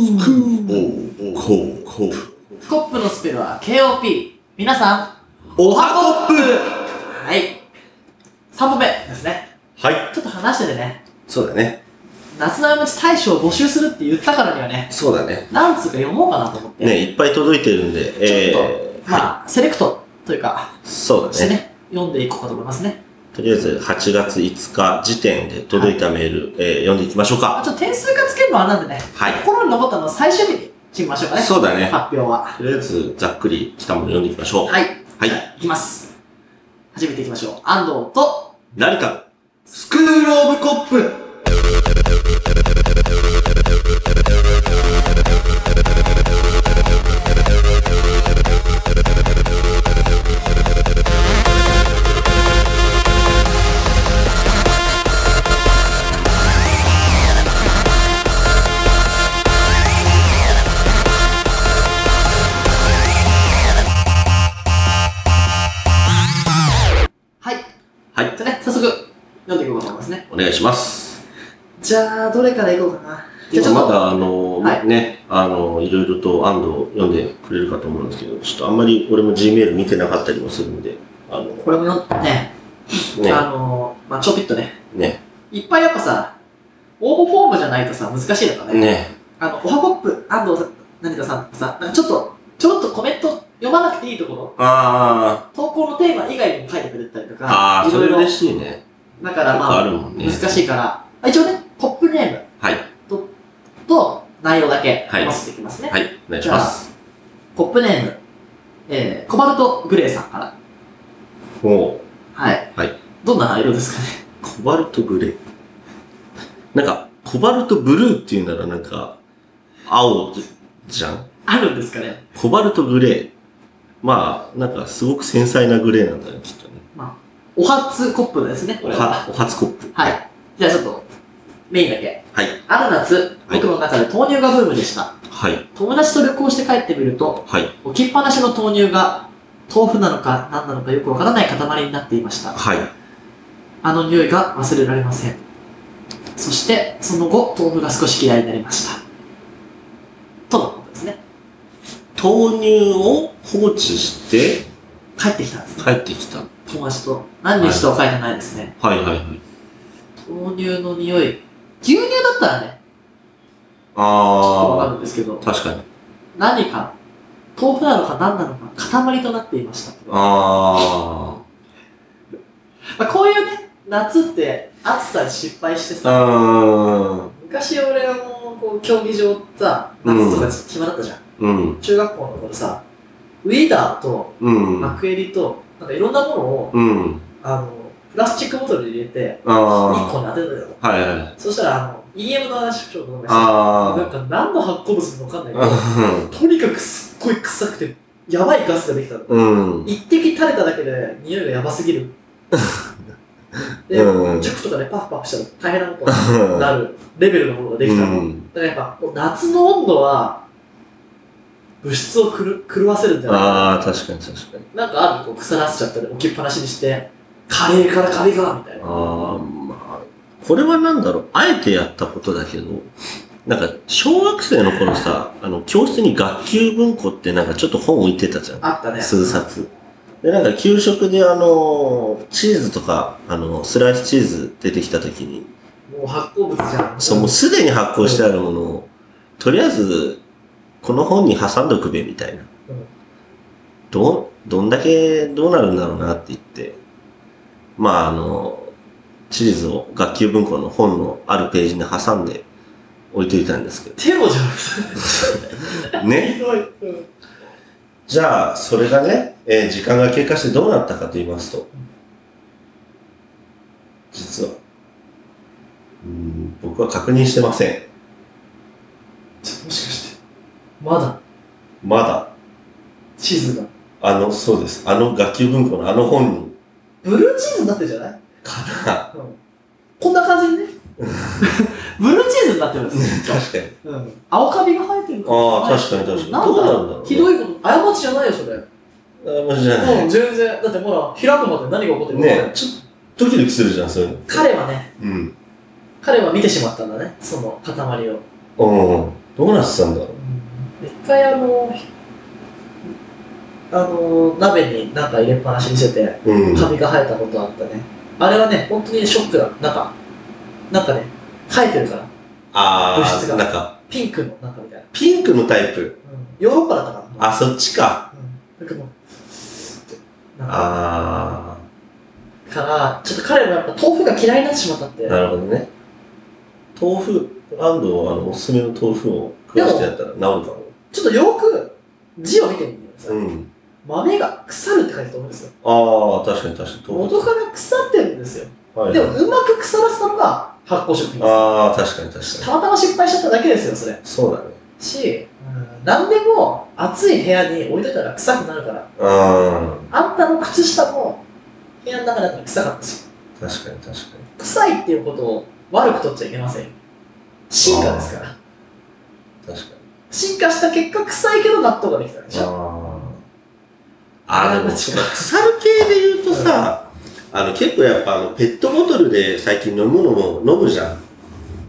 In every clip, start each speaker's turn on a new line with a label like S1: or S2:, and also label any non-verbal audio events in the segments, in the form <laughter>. S1: おうこうこ
S2: コップのスペルは KOP。皆さ
S1: うおはこっ
S2: ん、はい。3本目ですね。
S1: ぷはい
S2: ちょっと話しててね、
S1: そうだね
S2: 夏の過ち大賞を募集するって言ったからにはね、
S1: そうだね
S2: なんつうか読もうかなと思って。
S1: ねいっぱい届いてるんでえ
S2: ちょっ
S1: ーは
S2: まあ、セレクトというか、
S1: いそう
S2: して
S1: だね
S2: ね、読んでいこうかと思いますね。
S1: とりあえず8月5日時点で届いたメールえー読んでいきましょう
S2: まあ、
S1: か
S2: ちょっと点数がつけるのはなんでね、
S1: はい
S2: 心に残ったのは最終日に決めましょうかね。
S1: そうだね
S2: 発表は。
S1: とりあえずざっくり来たもの読んでいきましょう
S2: はい。
S1: はい
S2: じゃあいきます。初めていきましょう。安藤と、
S1: 成田スクールオブコップ
S2: はい。
S1: はい
S2: じゃあね、早速、読んでいこうかと思いますね。
S1: お願いします
S2: じゃあ、どれからいこうかな。じゃあち
S1: 今
S2: ょっ
S1: ま
S2: と、
S1: だあの
S2: は
S1: ねあのいろいろと安藤読んでくれるかと思うんですけどちょっとあんまり俺も G メール見てなかったりもするんであの
S2: これもよね、
S1: ね
S2: あのー、まあちょびっとね、
S1: ね
S2: いっぱいやっぱさ、応募フォームじゃないとさ、難しいのかね。
S1: ね
S2: あの、おはこっぷ、安藤さん、成田さんってさ、なんかちょっと、ちょっとコメント読まなくていいところ、
S1: あ
S2: 投稿のテーマ以外にも書いてくれたりと
S1: ああ
S2: か、
S1: あ
S2: い
S1: そ
S2: ろ
S1: れ
S2: いろ、
S1: 嬉しいね
S2: だから
S1: 結構
S2: ま
S1: あ
S2: あ、
S1: るもんね
S2: 難しいから、あ一応ね、コップネーム
S1: はい
S2: と内容だけ
S1: はい
S2: 合わせていきますね。
S1: はいお願いします
S2: コップネーム、えー、コバルトグレーさんから。
S1: も
S2: はい。
S1: はい
S2: どんな色ですかね。
S1: うコバルトグレーなんかコバルトブルーっていうならなんか青じゃん
S2: あるんですかね。
S1: コバルトグレーまあなんかすごく繊細なグレーなんだねきっとね
S2: お初コップですね、こ
S1: お
S2: れは。
S1: はお初コップ
S2: はい。じゃあちょっと、メインだけ。
S1: はい
S2: ある夏、
S1: はい
S2: 僕の中で豆乳がブームでした。
S1: はい
S2: 友達と旅行して帰ってみると、
S1: はい
S2: 置きっぱなしの豆乳が、豆腐なのか何なのかよくわからない塊になっていました。
S1: はい
S2: あの匂いが忘れられません。そして、その後、豆腐が少し嫌いになりました。とのことですね。
S1: 豆乳を放置して
S2: 帰ってきたんですね。
S1: 帰ってきた
S2: 友達と。何日とは書いてないですね。
S1: はいはいはい
S2: 豆乳の匂い。牛乳だったらね、わか
S1: あ
S2: るんですけど
S1: あ、確かに
S2: 何か、豆腐なのか何なのか塊となっていました。
S1: あ
S2: まあ、こういうね、夏って暑さに失敗してさ、
S1: あ
S2: 昔俺はもう、こう、競技場さ、夏とか暇だったじゃん。
S1: うんうん
S2: 中学校の頃さ、ウィーダーと
S1: うん
S2: アクエリと、なんかいろんなものを、
S1: うん
S2: あの、プラスチックボトルに入れて、1
S1: あ
S2: 個に当てたのよ。
S1: あはいはい
S2: そしたら、あの、EM の話ちょっと思いました。なん
S1: あ
S2: か何の発酵物かわかんない
S1: あ
S2: けど、とにかくすっごい臭くて、やばいガスができたの。
S1: うん
S2: 一滴垂れただけで匂いがやばす
S1: <laughs>
S2: ぎる。で、
S1: うん
S2: 塾とかでパフパフしたら大変なことになるレベルのものができたの。だからやっぱ、こう夏の温度は、物質を狂狂わせるんじゃないかな。
S1: ああ確かに確かに
S2: なんかあるこう腐らせちゃったり置きっぱなしにしてカレーからカレーがみたいな
S1: ああまあこれはなんだろうあえてやったことだけどなんか小学生の頃さあの教室に学級文庫ってなんかちょっと本置いてたじゃん
S2: あったね
S1: 数冊。で、なんか給食であの、チーズとか、あの、スライスチーズ出てきた時に、
S2: もう発酵物じゃん
S1: そう、もうすでに発行してあるものを、とりあえず、この本に挟んどくべ、みたいな。どう、どんだけどうなるんだろうなって言って、まああの、チーズを学級文庫の本のあるページに挟んで置いといたんですけ
S2: テロじゃんそ
S1: <laughs>
S2: れ
S1: ど。ね。
S2: ひどい、うん
S1: じゃあ、それがね、えー時間が経過してどうなったかと言いますと、実は、うーん、僕は確認してません。
S2: ちょもしかしてまだ
S1: まだ、
S2: チーズが
S1: あの、そうです。あの学級文庫のあの本に、
S2: ブルーチーズになってるじゃない、
S1: か <laughs> な。
S2: うん、こんな感 <laughs> じにねブルーチーズになってるんですよ、
S1: 確かに。
S2: うん、青カビが生えてる
S1: ああ、
S2: はい
S1: 確かに確かに。
S2: なんだ
S1: どうなんだろう、ね。
S2: ひどいこと過ちじゃないよそれ
S1: あマジじゃない。
S2: うん全然だってほら開くまで何が起こってるか分かんない
S1: ねちょっとドキドキするじゃん、そういうの。
S2: 彼はね
S1: うん。
S2: 彼は見てしまったんだねその塊を
S1: うん。どうなってたんだろう。
S2: うん一回あの、ひあの、鍋になんか入れっぱなしにしてて、
S1: うん。
S2: カビが生えたことあったね。あれはね、本当にショックだ。なんか、なんかね、生えてるから。
S1: あ
S2: 物質
S1: ー、
S2: が
S1: なんか、
S2: ピンクのなんかみたいな。
S1: ピンクのタイプ。
S2: うんヨーロッパだったから。
S1: あ、そっちか。
S2: うん。だけど、なん
S1: あ
S2: か、から、ちょっと彼もやっぱ豆腐が嫌いになってしまったって。
S1: ー、なるほどね。豆腐、安藤はあの、おすすめの豆腐を食わしてやったら治るかも。
S2: ちょっとよく字を見てみてください。
S1: うん。
S2: 豆が腐るって書いてると思うんですよ。
S1: あー、確かに確かに豆
S2: 元
S1: 腐。
S2: から腐ってるんですよ。
S1: はい
S2: でも、うまく腐らせたのが発酵食品で
S1: あー、確かに確
S2: す。
S1: かに。
S2: たまたま失敗しちゃっただけですよ、それ。
S1: そうだね。
S2: し、うん何でも暑い部屋に置いといたら臭くなるから、
S1: あ
S2: あんたの靴下も部屋の中だったら臭かったし、
S1: ー、確かに確かに。
S2: 臭いっていうことを悪く取っちゃいけませんよ。進化ですから。
S1: 確かに。
S2: 進化した結果、臭いけど納豆ができたでしょ。
S1: ああーでもそうか腐る系で言うとさ、あの結構やっぱあのペットボトルで最近飲むのも飲むじゃん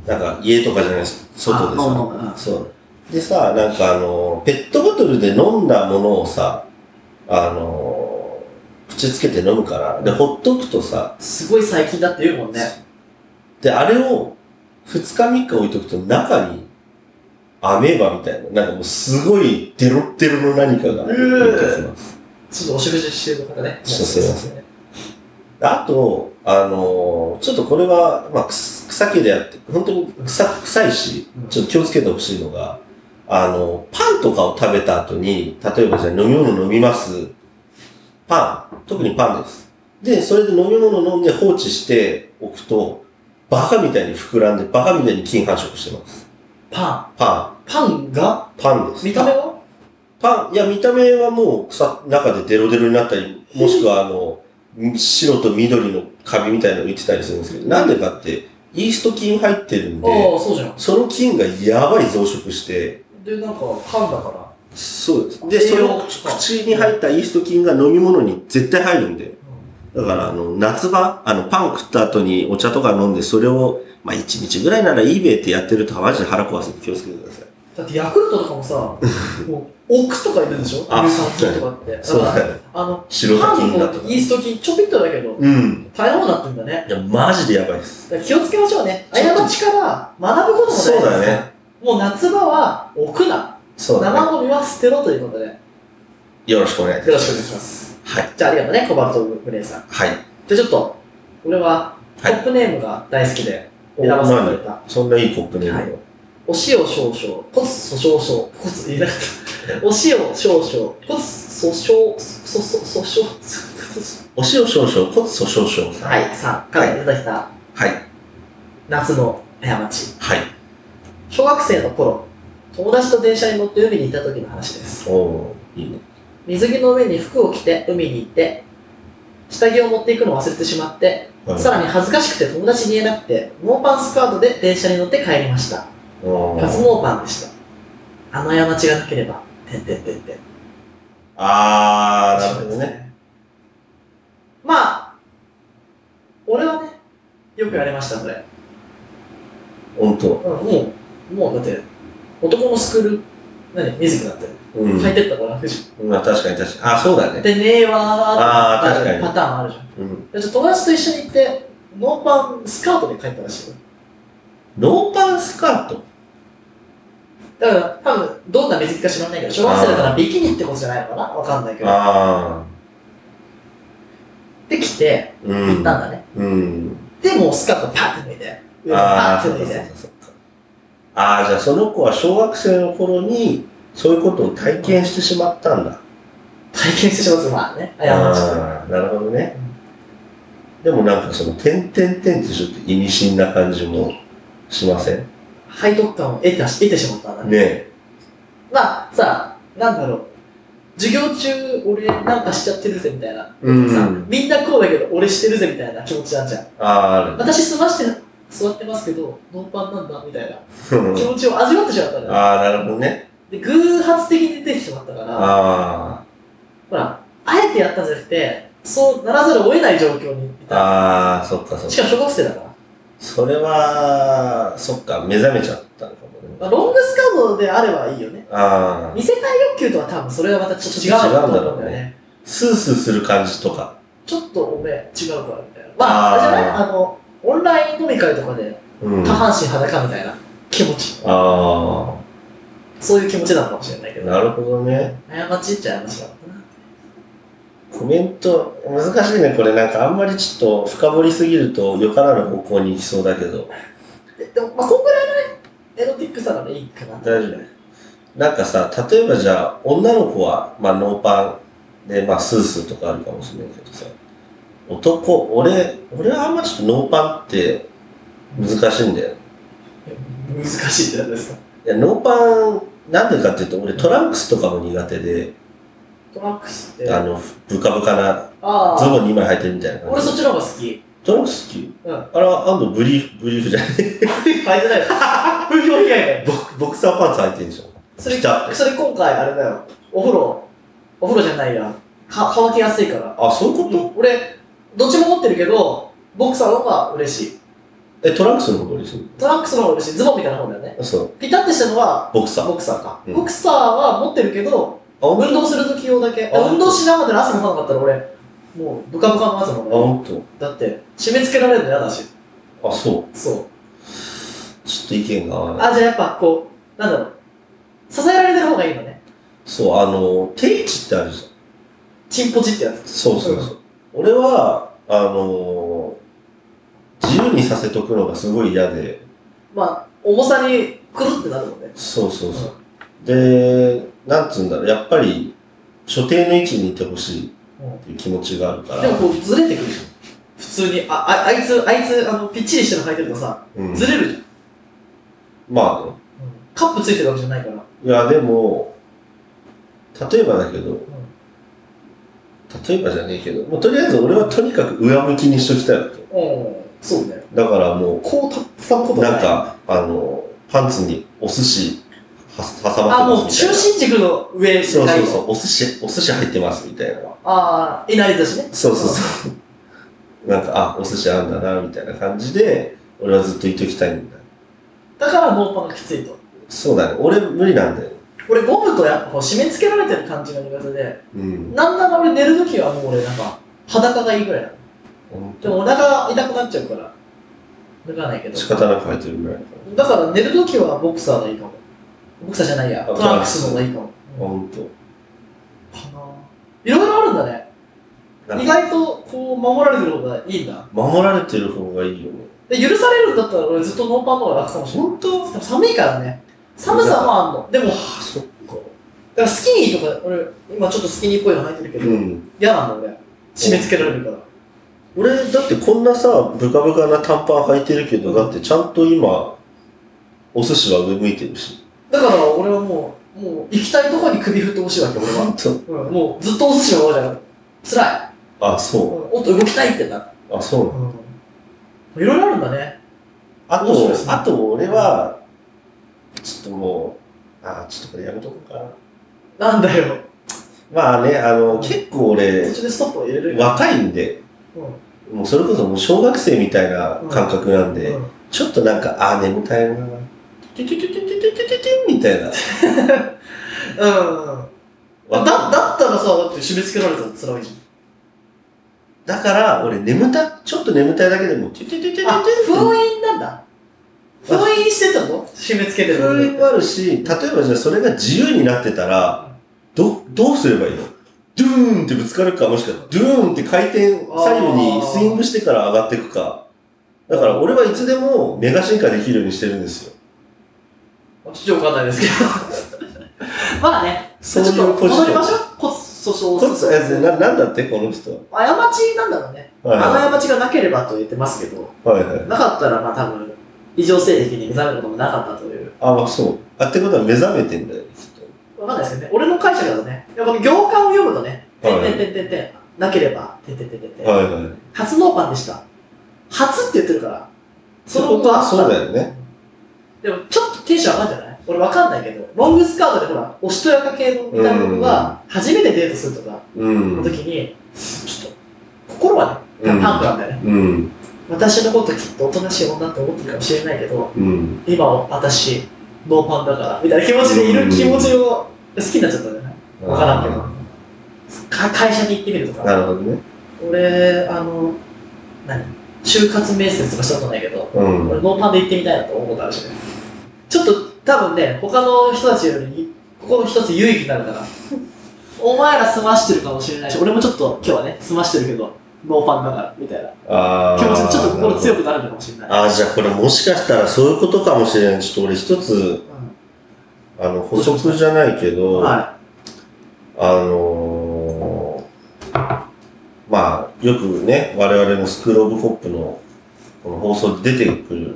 S1: なんか家とかじゃないです外で
S2: あ飲
S1: さ
S2: む飲むうん
S1: そうでさなんかあのペットボトルで飲んだものをさあの口つけて飲むからでほっとくとさ
S2: すごい最近だって言うもんね。
S1: であれを2日3日置いとくと中にアメーバみたいななんかもうすごいデロッデロの何かが
S2: う
S1: 入
S2: ー
S1: ってきます
S2: ちょっとお食事してる方ね。
S1: そうそうそうあと、あのーちょっとこれは、まあ、くす草木であって、本当に草臭いし
S2: うん、
S1: ちょっと気をつけてほしいのが、あの、パンとかを食べた後に、例えばじゃあ飲み物飲みます。パン、特にパンです。で、それで飲み物飲んで放置しておくと、バカみたいに膨らんで、バカみたいに菌繁殖してます。
S2: パ
S1: パ
S2: ン。パンが
S1: ン、パンです。
S2: 見た目は
S1: パン、いや、見た目はもう草、中でデロデロになったり、もしくはあの、白と緑のカビみたいなの浮いてたりするんですけど、なんでかって、イースト菌入ってるんで、
S2: ああ、そうじゃん。
S1: その菌がやばい増殖して、
S2: で、なんか、パンだから。
S1: そうです。で、
S2: 栄
S1: そ
S2: 養
S1: の
S2: とか
S1: 口に入ったイースト菌が飲み物に絶対入るんで、だからあの、夏場、あの、パン食った後にお茶とか飲んで、それを、まあ、1日ぐらいならいいべってやってると、マジで腹壊すんで気をつけてください。
S2: だってヤクルトとかもさ、
S1: <laughs>
S2: もう、億とかいるんでしょ
S1: あ
S2: 乳酸菌とかって。
S1: そう
S2: だから
S1: だね。
S2: あの、
S1: 白
S2: パ
S1: と菌
S2: ンも
S1: だとか。
S2: イースト菌ちょびっとだけど、
S1: うん。
S2: 大変なことになってんだね。
S1: いや、マジでやばいです。
S2: だから気をつけましょうね。過
S1: ちょっと
S2: ちから学ぶことも大事ですから
S1: そうだね。
S2: もう夏場は置くな。
S1: そうだね。
S2: 生ゴミは捨てろということで。よ
S1: よろしくお願いいたし
S2: ろ
S1: ま
S2: しくお願い
S1: す。
S2: します。
S1: はい。
S2: じゃあありがとうね、コバルトグレイさん。
S1: はい。
S2: じゃあちょっと、俺は、
S1: はい
S2: トップネームが大好きで選ばせてくれた。
S1: そんないいコップネームを。
S2: お塩少々、コツ少々、コツ言えなかった。お塩少々、コツそ少、そそそ少、
S1: お塩少々、コツソ少々さん。
S2: はい、さんからいただきた
S1: はい。
S2: 夏の過ち。
S1: はい。
S2: 小学生の頃、友達と電車に乗って海に行った時の話です。
S1: おおーいいね。
S2: 水着の上に服を着て海に行って、下着を持っていくのを忘れてしまって、さらに恥ずかしくて友達に言えなくて、ノーパンスカートで電車に乗って帰りました。
S1: おー
S2: 初ノーパンでした。あの過ちがなければ、てんてんてんてん。
S1: あー、なるほどね。。
S2: まあ、俺はね、よく言われました、それ。
S1: 本当。
S2: うん、もう、もうだって、男のスクール、何、水着だって、
S1: うん。
S2: 入ってったから、富士。
S1: まあ確かに確かに。あ、そうだね。
S2: でねえわー
S1: あー
S2: ってなる
S1: 確かに
S2: パターンあるじゃん
S1: うん。
S2: で。ちょっと友達と一緒に行って、ノーパン、スカートで帰ったらしいよ。
S1: ノーパンスカート。
S2: だから、多分、どんな水着か知らないけど、小学生だからビキニってことじゃないのかなわかんないけど。
S1: あ
S2: で、来て、
S1: ー。う
S2: 行ったん
S1: ん。
S2: だね。
S1: うん。
S2: で、もうスカートパッて脱いで、上のパ
S1: あ
S2: ッ
S1: ー、
S2: て
S1: そう
S2: 脱
S1: か
S2: い
S1: そう
S2: で
S1: か。そうか。あー、じゃあその子は小学生の頃に、そういうことを体験してしまったんだ。
S2: 体験してしまうまあね、過ちと。
S1: ああ、なるほどね。でもなんかその、点々点ってちょっと意味深な感じもしませんね
S2: 背徳感を得たし得てしまったんだね。
S1: え。
S2: まあさ、なんだろう。授業中、俺なんかしちゃってるぜみたいな。
S1: う
S2: さ、みんなこうだけど俺してるぜみたいな気持ちなんじゃん。
S1: あ
S2: 私すまして、座ってますけど、ノーパンなんだみたいな
S1: ー、あ
S2: 気
S1: る。 <laughs>
S2: 持ちを味わってしまったんだよ。
S1: ああ、なるほどね。
S2: で、偶発的に出てきてしまったから、
S1: あ
S2: ほら、あえてやったんじゃなくて、そうならざるを得ない状況にい
S1: あ、
S2: た。
S1: ああ、そっかそっ
S2: しか
S1: か。
S2: も小学生だから。
S1: それは、そっか、目覚めちゃったのかもね。うん
S2: まあ、ロングスカートであればいいよね。
S1: ああ
S2: 見せたい欲求とは多分それはまたちょっと違うと思うんだよね。
S1: スースーする感じとか
S2: ちょっとおめえ違うからみたいな。まあ、あれじゃないあの、オンライン飲み会とかで
S1: うん
S2: 下半身裸みたいな気持ち。
S1: あ
S2: そういう気持ちなのかもしれないけ
S1: あ
S2: ど。
S1: なるほどね
S2: 過ちっちゃ過ちだったな。
S1: コメント難しいねこれなんかあんまりちょっと深掘りすぎるとよからぬ方向に行きそうだけど
S2: ででも、まあ、こんぐらいのね、エロティックさならいいかな。
S1: 大丈夫なんかさ例えばじゃあ女の子は、まあ、ノーパンで、まあ、スースーとかあるかもしれないけどさ男俺俺はあんまちょっとノーパンって難しいんだよ
S2: 難しいって何ですか
S1: いやノーパンなんでかっていうと俺トランクスとかも苦手で、
S2: トランクスって。
S1: あのブカブカな
S2: あ
S1: ズ
S2: あ。
S1: ボン2枚履いてるみたいな
S2: 俺
S1: 感
S2: そ
S1: じ
S2: っちの方が好き。
S1: トランクス好き
S2: うん。
S1: あれは安藤ブリーフブリーフじゃない <laughs>
S2: 履いてないよ。不評被害だよ。
S1: ボクボクサーパンツ履いてるでしょ
S2: それ、
S1: 来た
S2: それ今回あれだよ。お風呂、お風呂じゃないや。か乾きやすいから。
S1: あそういうこと、
S2: 俺、どっちも持ってるけど、ボクサーの方が嬉しい。
S1: えトランクスの方が嬉しい
S2: トランクスの方が嬉しい。ズボンみたいな方だよね。
S1: そう
S2: ピタッてしたのは、
S1: ボクサー
S2: ボクサーか。
S1: うん
S2: ボクサーは持ってるけど、
S1: あ
S2: 運動する時用だけ。
S1: あ
S2: 運動しながら汗もかなかったら俺、もうブカブカの汗の
S1: あ
S2: 方がいい。
S1: 本
S2: だって、締め付けられるの嫌だし。
S1: 当あそう
S2: そう。
S1: ちょっと意見が合わない。
S2: あ、じゃあやっぱこう、なんだろう。支えられてる方がいいのね。
S1: そう、あの、定位置ってあるじゃ
S2: チンポチってやつ。
S1: ん。そうそうそう。俺は、あの、自由にさせとくのがすごい嫌で、
S2: まあ、重さにくるってなるもんね。
S1: そうそうそう。で、なんつうんだろう、やっぱり、所定の位置にいてほしいっていう気持ちがあるから
S2: で、もこうずれてくるじゃん。普通に、あ、ああいつ、あいつ、あの、ぴっちりしてるの履いてるとさ、
S1: うん、
S2: ずれるじゃん。
S1: まあね。
S2: カップついてるわけじゃないから。
S1: いや、でも、例えばだけど、例えばじゃねえけど、もうとりあえず俺はとにかく上向きにしときたいわけ。
S2: うん。そうね。
S1: だからもう、
S2: こうたったことない。
S1: なんか、あの、パンツにお寿司は挟
S2: あ、
S1: まって
S2: も
S1: ま
S2: う
S1: すみた
S2: 中
S1: いな。
S2: 心軸の上。
S1: そうそうそうう、お寿司、お寿司入ってますみたいな。
S2: ああ、いなりだしね。
S1: そうそうそう。 <laughs> なんか、あ、お寿司あんだな、みたいな感じで、俺はずっといときたいんだ。
S2: だからノーパンがきついと。
S1: そうだね、俺無理なんだよ。
S2: 俺、ゴムとやっぱこう締め付けられてる感じが苦手で、
S1: うん。
S2: なんなら俺寝るときはもう俺なんか、裸がいいぐらいなの
S1: 本
S2: でも
S1: 当
S2: お腹痛くなっちゃうから、脱がないけど。
S1: 仕方なく入ってるぐらいだか
S2: だから寝るときはボクサーがいいかも。ボクサーじゃないや、
S1: あ
S2: トランクスの方がいいかも。
S1: ら。ほんと。
S2: かないろいろあるんだね。
S1: なん
S2: 意
S1: か、
S2: 外とこう守られてる方がいいんだ。
S1: 守られてる方がいいよね。
S2: で許されるんだったら俺ずっとノーパンの方が楽かもしれない。
S1: 本当
S2: でも寒いからね。寒さもあんの。でも、だか
S1: あ、そっか。
S2: らスキニーとか、俺、今ちょっとスキニーっぽいの履いてるけど、
S1: うん。
S2: 嫌なの俺。締め付けられるから。
S1: 俺、だってこんなさ、ブカブカな短パン履いてるけど、だってちゃんと今、お寿司は上向いてるし。
S2: だから俺はもう、もう行きたいとこに首振ってほしいわけ、俺は。
S1: 本当
S2: うん、もうずっとお寿司の方じゃなくて。辛い。
S1: あ、
S2: うん
S1: そ
S2: おっと動きたいってなる。
S1: う。あ、そうなの
S2: いろいろあるんだね。
S1: あ
S2: 面白い
S1: と
S2: で、すね
S1: あと俺は、ちょっともう、あ、ちょっとこれやめとこうかな。
S2: なんだよ。
S1: まあね、あの、結構
S2: 途
S1: 俺、
S2: 中でストップを入れるよ。
S1: 若いんで、
S2: うん
S1: もうそれこそもう小学生みたいな感覚なんで、
S2: うん
S1: ちょっとなんか、あ、眠たいな。テュテュテュテュテュテュテュテュみたいな。
S2: うん。だだったらさ、だって締め付けられたら辛いじ
S1: だから、俺眠た、ちょっと眠たいだけでも、テュテュテュテュテ
S2: ゃん。
S1: ュ
S2: あ、封印なんだ。封印してたの締め付けてるの
S1: 風
S2: に
S1: 鈴もあるし、例えばじゃあそれが自由になってたら、ど、どうすればいいのドゥーンってぶつかるか、もしくはドゥーンって回転左右にスイングしてから上がっていくか。だから俺はいつでもメガ進化できるようにしてるんですよ。
S2: ちょっとわかんないですけど。 <laughs> まあね。
S1: そう
S2: ちょっ
S1: いう
S2: と
S1: ポジシ
S2: 戻
S1: ョ
S2: りま
S1: ン。
S2: しょう。骨粗鬆
S1: コツ、え、な、なんだってこの人
S2: 過ちなんだろうね。
S1: は。
S2: あの過ちがなければと言ってますけど、
S1: い。はいはい。
S2: なかったらまあ多分、異常性癖に目覚めることもなかったという。
S1: あ、まあそう。あ、ってことは目覚めてんだよ、きっ
S2: わかんないですけどね。俺の解釈だとね、やっぱ行間を読むとね、て
S1: は
S2: ん
S1: い
S2: てんてんてんてん、なければ、てんてんてんてんて
S1: と。
S2: ん。
S1: はいはい。
S2: 初ノーパンでした。初って言ってるから、そのことはあった
S1: そうだよね。
S2: でも、ちょっとテンション上がるんじゃない俺わかんないけど、ロングスカートでほら、おしとやか系の見た目は、初めてデートするとか
S1: う
S2: の
S1: ん
S2: 時。に、ちょっと、心はね、パンクなんだよね。
S1: うん。
S2: 私のこときっとおとなしい女って思ってるかもしれないけど、
S1: うん。
S2: 今私、ノーパンだから、みたいな気持ちでいる気持ちを好きになっちゃったんじゃないわからんけどか会社に行ってみると
S1: な
S2: か。
S1: るほどね。
S2: 俺、あの、何就活面接とかしたことないけど、
S1: うん。
S2: 俺ノーパンで行ってみたいなと思うことあるしね。ちょっと多分ね、他の人たちより、ここ一つ有益になるから。お前ら済ましてるかもしれないし、俺もちょっと今日はね、済ましてるけど、ノーパンだから、みたいな。
S1: ああ。
S2: 気持ちでちょっと心強
S1: く。
S2: くなるのかもしれない。
S1: ああ、じゃあこれもしかしたらそういうことかもしれない。ちょっと俺一つ、あの、補足じゃないけ
S2: う
S1: ど、
S2: ん、は
S1: あのーまあ、よくね、我々もスクールオブコップのこの放送で出てくる、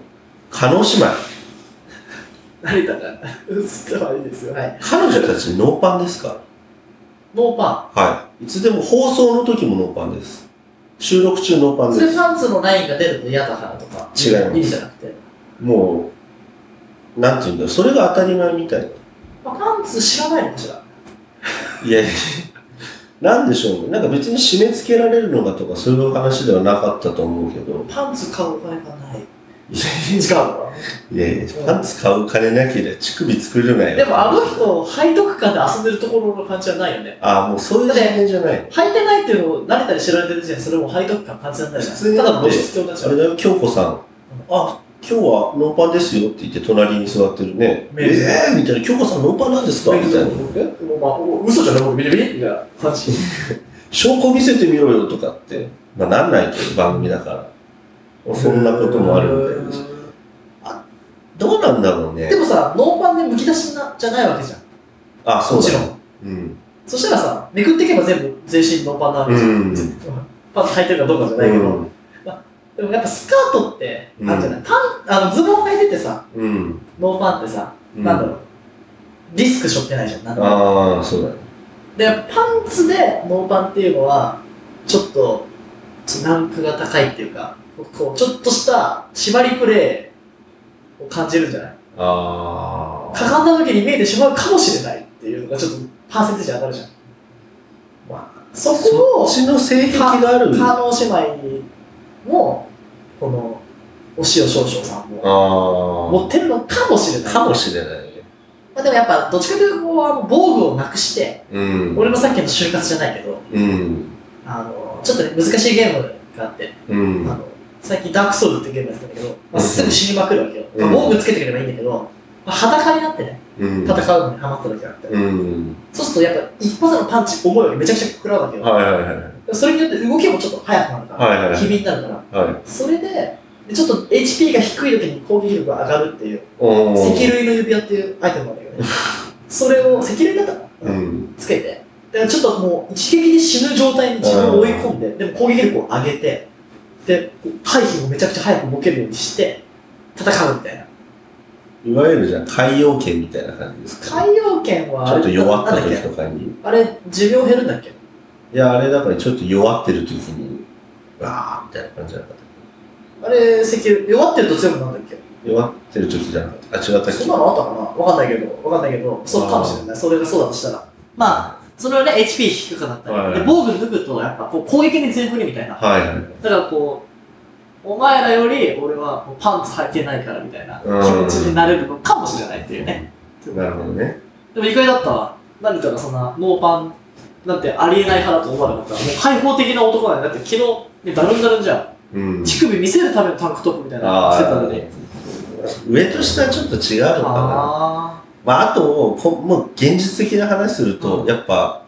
S1: 加納姉妹。
S2: い。成田が、映ったはいいですよ。はい。
S1: 彼女たちノーパンですか
S2: ノーパ
S1: はい。いつでも放送の時もノーパンです。収録中ノーパ
S2: ン。
S1: ン
S2: そ
S1: で
S2: れ
S1: す。
S2: パンツのラインが出ると嫌だからとか、
S1: 違います
S2: 意味じゃなくて。
S1: もう、なんて言うんだろう、それが当たり前みたいな。
S2: まあ、パンツ知らないのかしら。
S1: いやいや、なんでしょうね。なんか別に締め付けられるのかとかそういう話ではなかったと思うけど。
S2: パンツ買うお金がない。
S1: いや
S2: 違うの
S1: いやいや、パンツ買う金なければ乳首作るなよ。
S2: でもあの人、背徳感で遊んでるところの感じはないよね。
S1: ああ、もうそういう時代じゃない。
S2: 履いてないっていうのを慣れたり知られてる時点でそれも背徳感感じられない
S1: 普通に
S2: ただの露出狂になっち
S1: あ
S2: ゃ
S1: れ
S2: う。
S1: だよ、京子さん。あ、今日はノーパンですよって言って隣に座ってるね。
S2: ね
S1: ええー、みたいな。京子さんノーパンなんですかみたいな。
S2: えもうまあ、お嘘じゃない僕ビリビリみたいな感じ。
S1: 証拠見せてみろよとかって。まあなんないけど、番組だから。そんなこともあるみたいです。どうなんだろう
S2: で
S1: ね。
S2: もさ、ノーパンでむき出しなじゃないわけじゃん。
S1: あ、そう
S2: もち
S1: だ
S2: ろ
S1: ね。
S2: ん。
S1: うん。
S2: そしたらさ、めくっていけば全部全身ノーパンなわけじゃん。
S1: うん
S2: 絶対パンツ履いてるかどうかじゃな
S1: う
S2: いけど。
S1: ん。
S2: でもやっぱスカートって、あるじゃない、パンあのズボン履いててさ、
S1: うん。
S2: ノーパンってさ、なんだろう、リスク背負ってないじゃん。なんだろう
S1: ああ、そうだね。
S2: でパンツでノーパンっていうのはちょっとちょっとランクが高いっていうかこうちょっとした縛りプレーを感じるんじゃない
S1: あ
S2: かかんだ時に見えてしまうかもしれないっていうのがちょっとパーセンテージ上がるじゃん、まあ、そこ
S1: そ
S2: を
S1: っちの性癖がある。あ
S2: 加納姉妹もこのお塩少々さんも持
S1: あ。
S2: ってるのかもしれない
S1: かもしれないね。
S2: まあ、でもやっぱどっちかというとこうあの防具をなくして
S1: うん。
S2: 俺のさっきの就活じゃないけど
S1: うん。
S2: あのちょっとね難しいゲームがあって
S1: うん。
S2: あの最近ダークソウルってゲームやってたんだけど、まあ、
S1: うん
S2: すぐ死にまくるわけよ、
S1: うん
S2: 防具つけてくればいいんだけど、まあ、裸になってね
S1: うん。
S2: 戦うのにハマった時があって、
S1: うん。
S2: そうするとやっぱ一発のパンチ思いよりめちゃくちゃ食らうわけよ、
S1: はいはいはい。
S2: それによって動きもちょっと速くなるから、
S1: はいはいはい
S2: 機敏になるから
S1: はい。
S2: それででちょっと HP が低い時に攻撃力が上がるっていう
S1: おー
S2: 赤類の指輪っていうアイテムなんだけ
S1: <laughs>
S2: どねそれを赤類だったか
S1: う
S2: な、
S1: ん。
S2: つけてだからちょっともう一撃で死ぬ状態に自分を追い込んで、でも攻撃力を上げてで回避をめちゃくちゃ早く動けるようにして戦うみたいない
S1: わゆるじゃあ、海洋圏みたいな感じですか、
S2: 海洋圏は
S1: ち
S2: あ
S1: ょ
S2: れ
S1: っと弱った
S2: なんだ
S1: 時
S2: っけ
S1: とかに。
S2: あれ寿命減るんだっけ
S1: いや、あれだからちょっと弱ってる時に、わーみたいな感じじゃなかっ
S2: あれ石油弱ってると強くなるんだっけ
S1: た。弱ってる時じゃなかった。あ、違ったっ
S2: そ
S1: け
S2: んなのあったかなわかんないけどわかんないけどそうかもしれないそれがそうだとしたらまあ
S1: あ。
S2: それはね HP 低くなったり、
S1: はい
S2: で防具脱ぐとやっぱこう攻撃に全振りみたいな
S1: はいはい。
S2: だからこう、お前らより俺はもうパンツ履いてないからみたいな気
S1: うん
S2: 持ちになれるのかもしれないっていうね。
S1: なるほどね。
S2: でも意外だったわ。何かがそんなノーパンなんてありえない派だと思わなかったわ。もう開放的な男なんだだって昨日、ね、だるんだるんじゃ
S1: うん
S2: ん。。乳首見せるためのタンクトップみたいなの
S1: あ
S2: 着てた
S1: あ
S2: のに。
S1: 上と下はちょっと違うのかな。
S2: あ
S1: まあ、あとこ、もう現実的な話すると、
S2: うん
S1: やっぱ、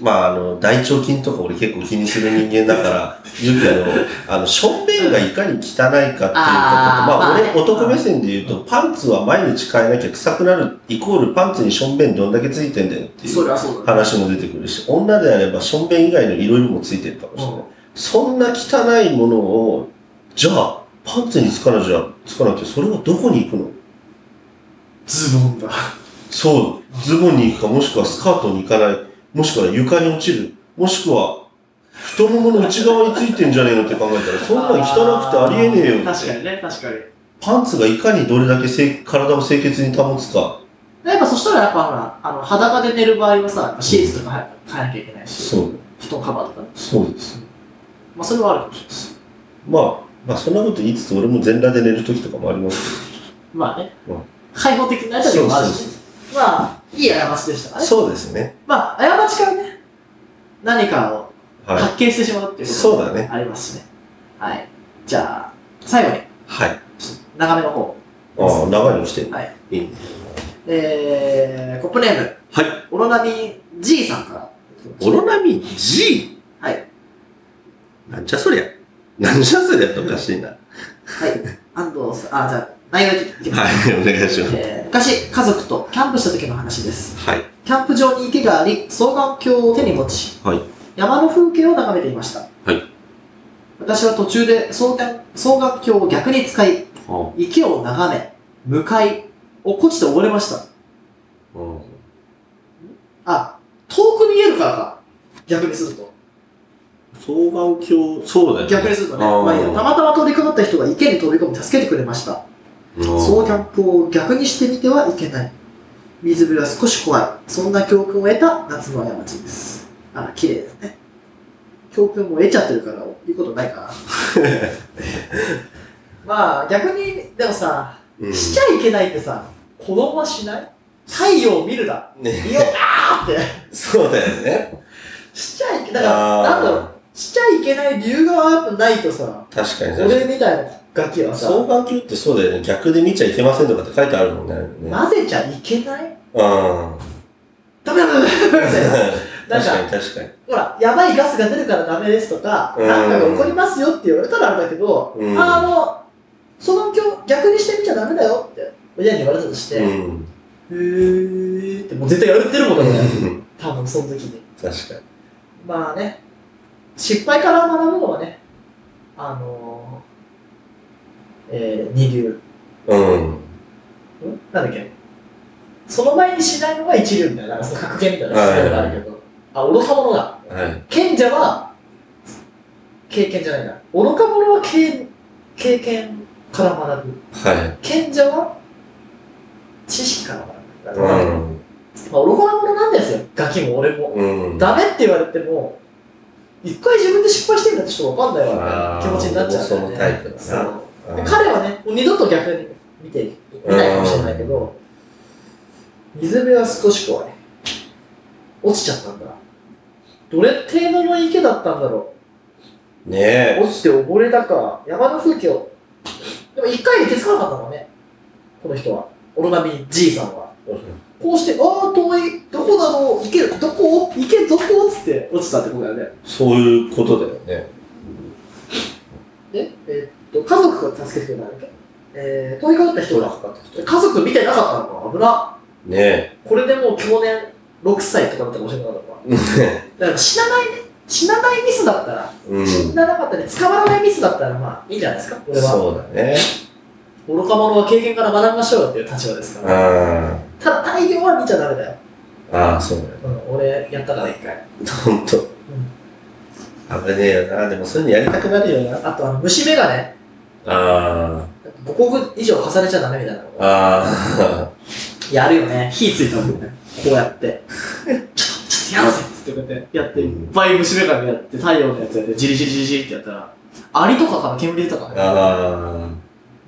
S1: まあ、あの、大腸菌とか俺結構気にする人間だ
S2: <laughs>
S1: から、言うけど、あの、しょんべんがいかに汚いかっていうことと、
S2: あー
S1: まあ、
S2: まあね
S1: 俺、男目線で言うと、パンツは毎日変えなきゃ臭くなる、イコールパンツにしょんべんどんだけついてんだよって
S2: ー
S1: いう
S2: れはそうだね。
S1: 話も出てくるし、女であればしょんべん以外の色々もついてるかもしれない。
S2: うん
S1: そんな汚いものを、じゃあ、パンツにつかなじゃ、つかなきゃ、それはどこに行くの
S2: ズボンだ。
S1: そう、ズボンに行くか、もしくはスカートに行かない、もしくは床に落ちる、もしくは、太ももの内側についてんじゃねえのって考えたら、そんなん汚くてありえねえよ
S2: あー確
S1: っ
S2: か
S1: て。
S2: にね、確かに。
S1: パンツがいかにどれだけ清体を清潔に保つか。
S2: やっぱそしたらやっぱほら、あの裸で寝る場合はさ、やっぱシーツとかは変えなきゃいけないし、
S1: そう、
S2: 布団カバーとかね
S1: そうです。
S2: まあそれはあるかもしれない。
S1: まあ、まあそんなこと言いつつ、俺も全裸で寝る時とかもあります
S2: まあね
S1: うん。
S2: 開放的になれた時もあるしね、まあ、いい過ちでしたからね。
S1: そうですね。
S2: まあ、過ちからね、何かを
S1: は
S2: 発見してしまうって
S1: い。
S2: いうこ
S1: そうだ
S2: と
S1: ね。
S2: もありますしね。はい。じゃあ、最後に、
S1: はい。
S2: ちょっと長めの方。
S1: ああ、長いのしてる。
S2: はい。
S1: いいね。
S2: えー、コップネーム、
S1: はい。
S2: オロナミ G さんから。
S1: オロナミ G?
S2: はい。
S1: なんじゃそりゃ。なんじゃそりゃっておかしいな。は
S2: はい。安藤さん、あ、じゃあ、内容いきます。
S1: い、お願いします。
S2: えー昔、家族とキャンプした時の話です。
S1: はい。
S2: キャンプ場に池があり、双眼鏡を手に持ち、
S1: はい
S2: 山の風景を眺めていました。
S1: はい
S2: 私は途中で双眼双眼鏡を逆に使い、
S1: あ
S2: 池を眺め、向かい、落っこちて溺れました。
S1: あ
S2: あ、遠く見えるからか。逆にすると。
S1: 双眼鏡、そうだよね。
S2: 逆にするとね。
S1: あー
S2: まあいいやたまたま通りかかった人が池に飛び込み助けてくれました。そのキャンプを逆にしてみてはいけない。水辺は少し怖い。そんな教訓を得た夏の過ちです。あら、綺麗ですね。教訓も得ちゃってるから、言うことな
S1: <laughs>
S2: いかな。まあ、逆に、でもさ、
S1: うん
S2: しちゃいけないってさ、子供はしない太陽を見るだ。
S1: ね
S2: いや、あーって。
S1: そうだよね。
S2: しちゃいけ、だから、なんだろう、
S1: う。
S2: しちゃいけない理由がやっぱないとさ、
S1: 確かに確かに。
S2: 俺みたいなガキは
S1: 双
S2: さ、
S1: 眼鏡ってそうだよね。逆で見ちゃいけませんとかって書いてあるもんね。うん。
S2: 混ぜちゃいけないダメダメダメダメみたいな。
S1: 確
S2: なん
S1: か <laughs>
S2: か
S1: に確かに。
S2: ほら、やばいガスが出るからダメですとか、
S1: うん
S2: なんかが起こりますよって言われたらあれだけど、
S1: うん
S2: あの、その今日逆にしてみちゃダメだよって親に言われたとして、へ
S1: うん。
S2: ーってもう絶対やれてるもんだもんね。多分その時に。
S1: 確かに。
S2: まあね、失敗から学ぶのはね、あのー、えー、二流。
S1: うん。
S2: んなんだっけその前にしないのが一流みたいな、なんかその格言みたいな姿勢があるけど、あ、愚か者だ。
S1: はい。
S2: 賢者は経験じゃないな愚か者は経経験から学ぶ
S1: はい。
S2: 賢者は知識から学ぶ、
S1: う
S2: まあ、愚
S1: ん。
S2: か者なんですよガキも俺も、
S1: うん。
S2: ダメって言われても一回自分で失敗してみたってちょっとわかんないわ
S1: あー
S2: 気持ちになっちゃうんだよ
S1: 僕
S2: ね
S1: もそのタイプだな
S2: そうで彼はねもう二度と逆に見て見ないかもしれないけど水辺は少し怖い落ちちゃったんだどれ程度の池だったんだろう
S1: ねえ。
S2: 落ちて溺れたか、山の風景を。でも一回で気づかなかったのね、この人は。オロナミ G さんは。こうして、ああ、遠い、どこだろう、行ける、どこ行け、どこつって落ちたってことだよね。
S1: そういうことだよね。
S2: え、えーっと、家族が助けてくれたんだっけえー、遠いかかった人が。
S1: かった人。
S2: 家族見てなかったのか、危な。
S1: ねえ。
S2: これでもう去年6歳とかだったかもしれなかったのか。だから死なないね、死なないミスだったら、
S1: うん。
S2: 死ななかったり、捕まらないミスだったら、まあ、いいんじゃないですか、俺は。
S1: そうだね。
S2: 愚か者は経験から学びましょうよっていう立場ですから、
S1: あ
S2: ただ太陽は見ちゃダメだよ、
S1: あ。ああ、そうだよ。
S2: うん、俺やったから一回
S1: ほんと。危ねえよな。でもそういうのやりたくなるよな。
S2: あとあの虫眼鏡
S1: あ
S2: 5個以上重ねちゃダメみたいな
S1: あ。あ
S2: やるよね火ついたもんねこうやって <laughs> ちょっとちょっとやろうぜっつってこうやってやって
S1: うん
S2: いっぱい虫眼鏡やって太陽のやつやってジリジリジリジリってやったらアリとかから煙出たか
S1: あ。
S2: らね
S1: あ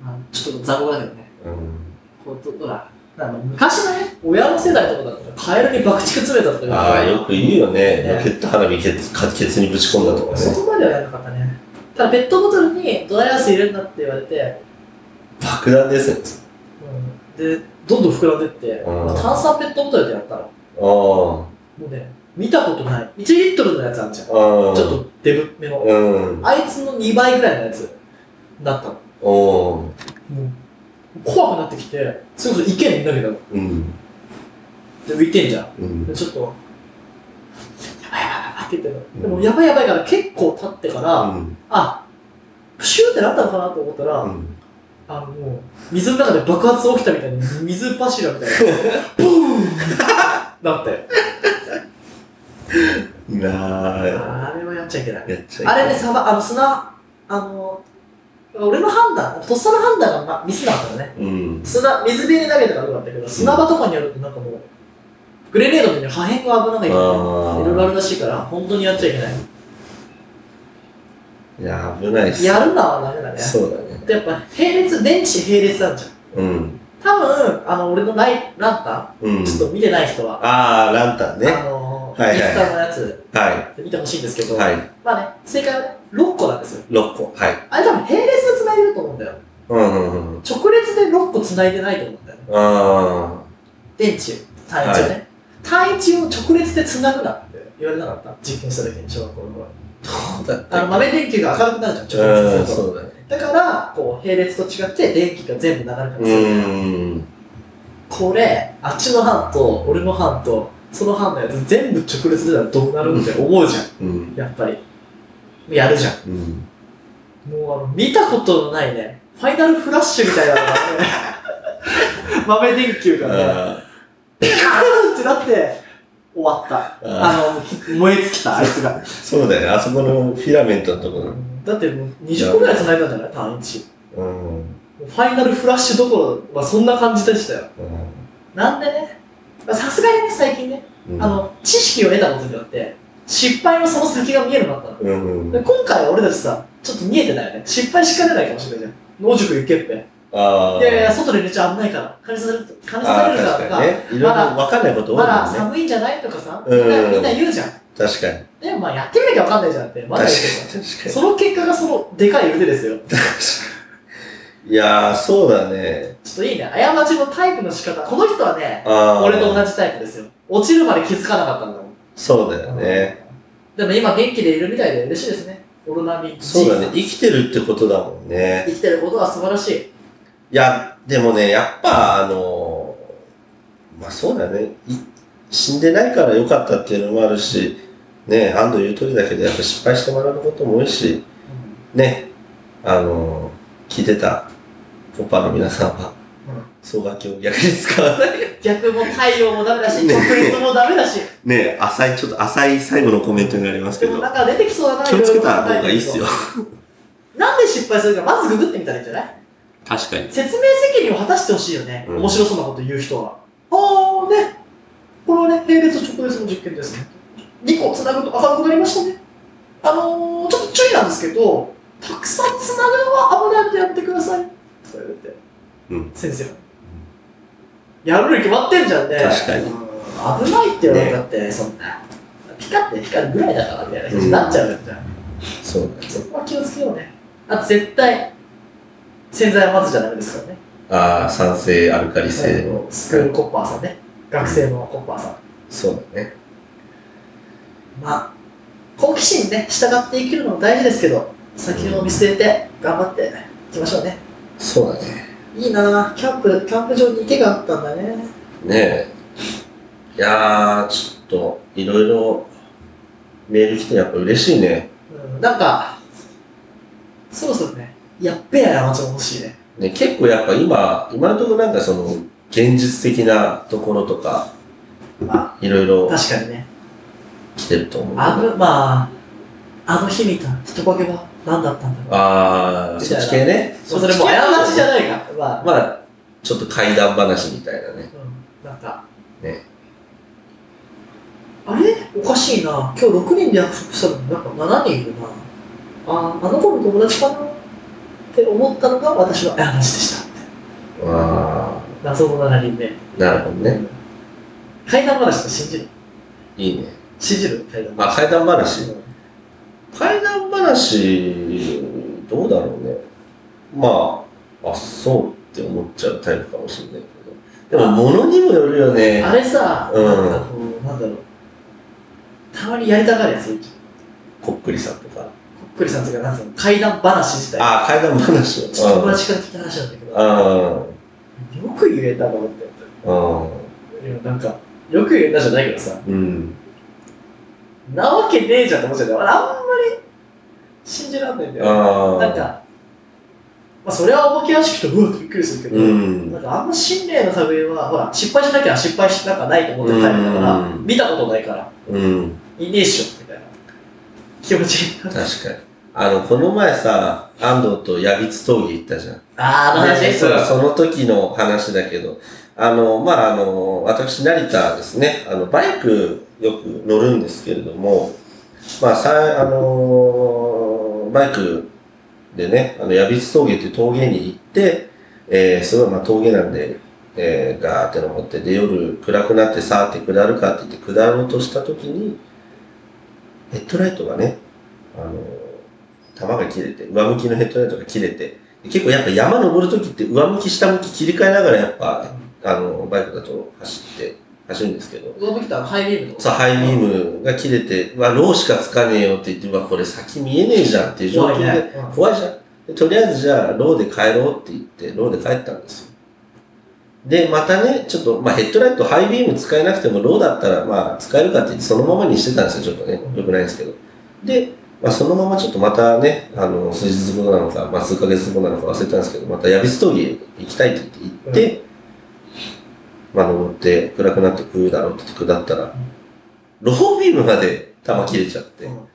S2: まあちょっと雑魚だけどね
S1: あ。うん。
S2: こうほらなんか昔のね親の世代とかだったらカエルに爆竹詰めたとか言うから
S1: ああ、よく言うよね。
S2: ね
S1: ロケット花火ケツ、かケツにぶち込んだとか
S2: そ
S1: ね。
S2: こまではやらなかったねただペットボトルにドライアイス入れるんだって言われて、
S1: 爆弾ですね。
S2: でどんどん膨らんでって、
S1: うん
S2: 炭酸ペットボトルでやったのも
S1: あ
S2: うね見たことない1リットルのやつあるじゃん、
S1: あ。ああ。
S2: ちょっ。とデブめの、
S1: うん。
S2: あいつの2倍ぐらいのやつだったのも
S1: おお。
S2: う怖くなってきてそれこそ池に投げたので
S1: うん。
S2: 浮いてんじゃん
S1: うん
S2: で。ちょっとやばいやばいやばいって言っ
S1: うん
S2: てたのでもやばいやばいから結構経ってから、
S1: うん。
S2: あプシューってなったのかなと思ったら、
S1: うん。
S2: あのもう水の中で爆発起きたみたいに水柱みたいなブーンだって
S1: なあ。
S2: あれはやっちゃいけない
S1: やっちゃいけ
S2: あ
S1: ない
S2: れねさばあの砂あの俺の判断とっさの判断がまミスなかったのね
S1: うん。
S2: 砂水辺に投げたからよかったけど砂場とかにやるとなんかもうグレネードみたいに破片が危ないみたい
S1: あ
S2: な
S1: ー
S2: いろいろあるらしいから本当にやっちゃいけない
S1: い
S2: <laughs>
S1: や、危ないっす。
S2: やるのはダメだね
S1: そうだね。
S2: でやっぱ並列電池並列あるじゃん
S1: うん。
S2: 多分、あの、俺のライランタ
S1: うん
S2: ン、ちょっと見てない人は、
S1: ああ、ランタンね。
S2: あの、
S1: はいはい
S2: インスタのやつ、
S1: は
S2: 見てほしいんですけ
S1: い。
S2: ど、
S1: はい。
S2: まあね、正解はね、6個なんですよ。
S1: 6個。はい。
S2: あれ多分並列で繋いでると思うんだよ。
S1: うんうんうん。
S2: 直列で6個繋いでないと思うんだよね。
S1: あ
S2: 電池、単一をね。単一を直列で繋ぐなって言われなかった実験した時に、小学校の頃。
S1: あ。どうだった
S2: あの、
S1: っ
S2: 豆電球が明るくなる
S1: け
S2: じゃん、直列
S1: うん、
S2: すると。
S1: そうだね。
S2: だから、こう、並列と違って電気が全部流れからす
S1: う
S2: るじゃん
S1: ーん。
S2: これ、あっちの班と、俺の班と、その班のやつ全部直列でたらどうなるんって思うじゃん。
S1: うん。
S2: やっぱり。やるじゃん。
S1: うん。
S2: もうあの、見たことのないね、ファイナルフラッシュみたいなの <laughs> がね、豆電球がね、
S1: あ
S2: ピカーンってなって、終わった。
S1: あ。
S2: あの、燃え尽きた、あいつが。
S1: そうだよね。あそこのフィラメントのとこ
S2: だってもう20個ぐらい繋いだんじゃない単一。
S1: ろ。うん。うん
S2: もうファイナルフラッシュどころはそんな感じでしたよ。なんでね、まあさすがにね、最近ね、
S1: うん
S2: あ、の、知識を得たことによって、失敗のその先が見えるようになった
S1: うん
S2: の。で、
S1: うん。
S2: 今回は俺たちさ、ちょっと見えてないよね。失敗しか出ないかもしれないじゃん。農塾行けっぺ。
S1: ああ。
S2: いやいや、外で寝ちゃ危ないから。感じされると、感じさ
S1: ああ、
S2: れるから
S1: 確
S2: と
S1: か
S2: か、
S1: にね。いろいろわかんないこと多
S2: ま
S1: い
S2: だ
S1: もんね。
S2: 寒いんじゃないとかさ、
S1: う
S2: み
S1: ん
S2: んなみんな言うじゃん。
S1: 確かに。
S2: でもまあやってみなきゃわかんないじゃんって。ま
S1: 確か
S2: だ
S1: に
S2: 言ってるか。
S1: 確から
S2: その結果がその、でかい腕ですよ。
S1: に。いやー、そうだね。
S2: ちょっといいね。過ちのタイプの仕方。この人はね、
S1: ああ。
S2: 俺と同じタイプですよ。落ちるまで気づかなかったんだもん。
S1: そうだよね。
S2: でも今元気でいるみたいで嬉しいですね。オロナミン G
S1: そうだね。生きてるってことだもんね。
S2: 生きてることは素晴らしい。
S1: いや、でもね、やっぱ、あの、まあそうだよね。い死んでないから良かったっていうのもあるし、ね、安藤言う通りだけど、やっぱ失敗して学ぶことも多いし、ね、あの、聞いてたポッパーの皆さんは
S2: うん、
S1: 双眼鏡を逆に使わない。
S2: 逆も太陽もダメだし、
S1: ね
S2: 直立もダメだし、
S1: <laughs> ね、浅い、ちょっと浅い最後のコメントになりますけ
S2: でも
S1: ど
S2: な、んか出てきそうだな、
S1: 気をつけた
S2: いろいろ考え
S1: 方
S2: て
S1: がいいっすよ。
S2: なんで失敗するか、まずググってみたらいいんじゃない
S1: 確かに。
S2: 説明責任を果たしてほしいよね。
S1: うん
S2: 面白そうなこと言う人は。あーね、これはね、並列直列の実験ですね。2個繋ぐと明るくなりましたね。あのー、ちょっと注意なんですけど、たくさん繋ぐのは危ないんでやってください。とか言われて、
S1: うん
S2: 先生は。やるに決まってんじゃんね。
S1: 確かに
S2: うん危ないって言われたって、そんな。ピカって光るぐらいだからみたいな感じになっちゃうじゃん。
S1: そうだね。
S2: そこは気をつけようね。あと絶対、洗剤はまずじゃダメですからね。
S1: ああ、酸性、アルカリ
S2: え
S1: 性。
S2: ースクールコッパーさんね。学生のコッパーさん。
S1: そうだね。
S2: まあ、好奇心ね、従って生きるのも大事ですけど、先を見据えて頑張っていきましょうね。
S1: そうだね。
S2: いいなぁ、キャンプ、キャンプ場に池があったんだね。
S1: ねえ。いやー、ちょっと、いろいろ、メール来てやっぱ嬉しいね。
S2: うん、なんか、そろそろね、やっべえ山ちゃん欲しいね。
S1: ね、結構やっぱ今、今のところなんかその、現実的なところとか、
S2: ま
S1: いろいろ
S2: あ、確かにね。
S1: 来てると思う。
S2: あぶ、まあ、あの日見た人影は何だったんだろう。
S1: あー、そっち系ね。
S2: まあそれも過ちじゃないか。まあ、
S1: まあ、ちょっと怪談話みたいなね。
S2: うん、なんか。
S1: ね
S2: あれおかしいな。今日6人で約束したのになんか7人いるな。ああ、あの子の友達かなって思ったのが私の話でした。
S1: あ
S2: 謎の7人目。
S1: ー、なるほどね。
S2: 怪談話と信じる。
S1: いいね。
S2: 信じる怪談
S1: あ、
S2: 話。
S1: 怪談話。
S2: うん
S1: 怪談話、どうだろうね。まあ、あ、そうって思っちゃうタイプかもしれないけど。でも、物にもよるよね。
S2: あれさ、
S1: うん
S2: なんかこう、なんだろう。たまにやりたがるやついるじゃん
S1: こっくりさんとか。
S2: こっくりさんとか、なんつうの、怪談話自体。
S1: あ、怪談話
S2: ちょっと
S1: を。
S2: 友達から聞いた話なんだけど、
S1: う
S2: よく言えたと思って。
S1: ん。うん。
S2: いやなんか、よく言うんだじゃないけどさ、
S1: うん。
S2: なわけねえじゃんって思っちゃうんだよ。俺あんまり信じらんないんだよ。
S1: ああ。
S2: なんか、まあそれはお化け屋敷とうわってびっくりするけど、
S1: うん。
S2: なんかあんま心霊の類は、ほら、失敗しなきゃ失敗しなんかないと思ってるタイプだから、
S1: うん
S2: 見たことないから、
S1: うん。
S2: いねえっしょ、みたいな気持ちにな
S1: 確
S2: る。
S1: かに。あの、この前さ、安藤とヤビツ闘技行ったじゃん。
S2: あー、あの話
S1: で
S2: です
S1: そ
S2: よ。
S1: うその時の話だけど、あの、まあ、あの、私、成田ですね、あの、バイクよく乗るんですけれども、まあ、さ、あの、バイクでね、あの、矢光峠っていう峠に行って、えー、すごい、まあ、峠なんで、えーガーって登ってで夜暗くなってさーって下るかって言って下ろうとした時にヘッドライトがねあの玉が切れて上向きのヘッドライトが切れて結構やっぱ山登る時って上向き下向き切り替えながらやっぱあのバイクだと走って走るんですけど
S2: 上向きたらハイビームの
S1: さあハイビームが切れて、うわ、ローしかつかねえよって言って、うわ、これ先見えねえじゃんっていう状況
S2: 怖い
S1: で、
S2: ね、うん
S1: 怖いじゃん。でとりあえずじゃあ、ローで帰ろうって言って、ローで帰ったんですよ。で、またね、ちょっと、まあ、ヘッドライト、ハイビーム使えなくても、ローだったら、まあ、使えるかって言って、そのままにしてたんですよ、ちょっとね。よくないんですけど。で、まあ、そのままちょっとまたね、あの、数日後なのか、まあ、数ヶ月後なのか忘れたんですけど、また、ヤビス峠行きたいって言って行って、まあ、登って、暗くなってくるだろうって下ったら、ロービームまで弾切れちゃって、
S2: うん
S1: も